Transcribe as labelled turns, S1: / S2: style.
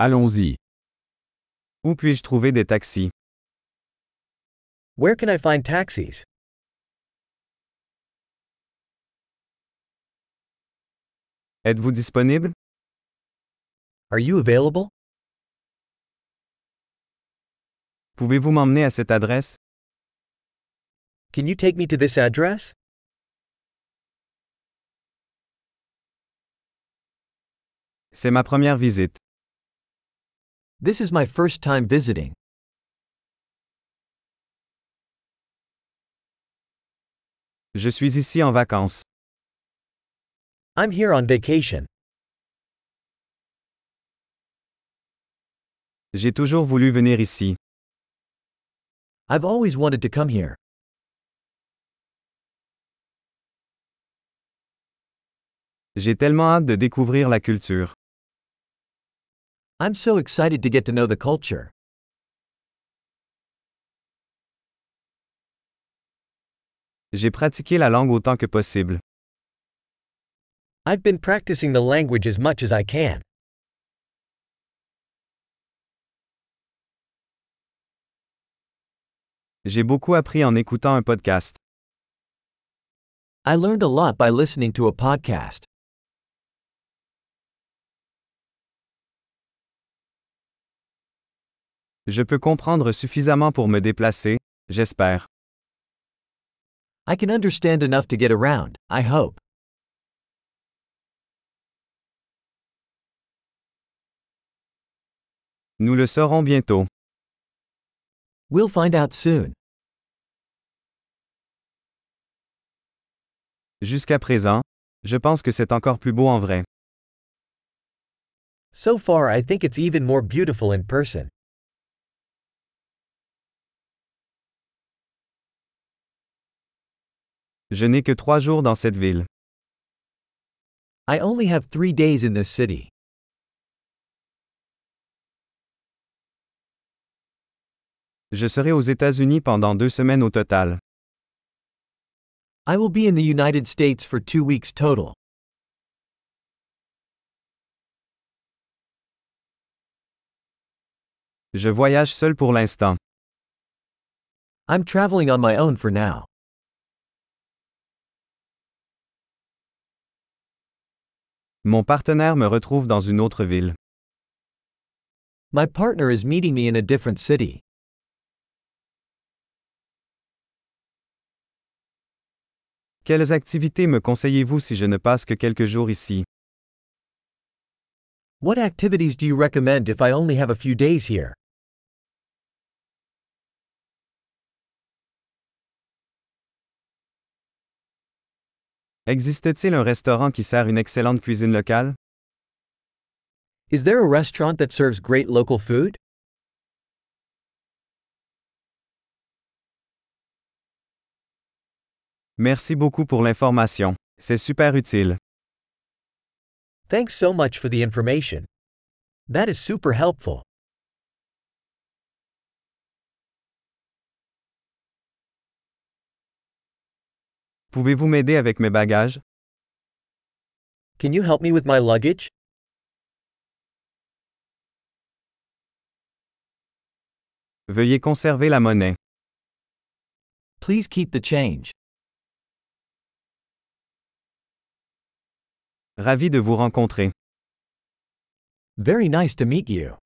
S1: Allons-y. Où puis-je trouver des taxis?
S2: Where can I find taxis?
S1: Êtes-vous disponible?
S2: Are you available?
S1: Pouvez-vous m'emmener à cette adresse?
S2: Can you take me to this address?
S1: C'est ma première visite.
S2: This is my first time visiting.
S1: Je suis ici en vacances.
S2: I'm here on vacation.
S1: J'ai toujours voulu venir ici.
S2: I've always wanted to come here.
S1: J'ai tellement hâte de découvrir la culture.
S2: I'm so excited to get to know the culture.
S1: J'ai pratiqué la langue autant que possible.
S2: I've been practicing the language as much as I can.
S1: J'ai beaucoup appris en écoutant un podcast.
S2: I learned a lot by listening to a podcast.
S1: Je peux comprendre suffisamment pour me déplacer, j'espère.
S2: I can understand enough to get around, I hope.
S1: Nous le saurons bientôt.
S2: We'll find out soon.
S1: Jusqu'à présent, je pense que c'est encore plus beau en vrai.
S2: So far, I think it's even more beautiful in person.
S1: Je n'ai que trois jours dans cette ville.
S2: I only have three days in this city.
S1: Je serai aux États-Unis pendant deux semaines au total.
S2: I will be in the United States for two weeks total.
S1: Je voyage seul pour l'instant.
S2: I'm traveling on my own for now.
S1: Mon partenaire me retrouve dans une autre ville.
S2: My partner is meeting me in a different city.
S1: Quelles activités me conseillez-vous si je ne passe que quelques jours ici?
S2: What activities do you recommend if I only have a few days here?
S1: Existe-t-il un restaurant qui sert une excellente cuisine locale?
S2: Is there a restaurant that serves great local food?
S1: Merci beaucoup pour l'information. C'est super utile.
S2: Thanks so much for the information. That is super helpful.
S1: Pouvez-vous m'aider avec mes bagages?
S2: Can you help me with my luggage?
S1: Veuillez conserver la monnaie.
S2: Please keep the change.
S1: Ravi de vous rencontrer.
S2: Very nice to meet you.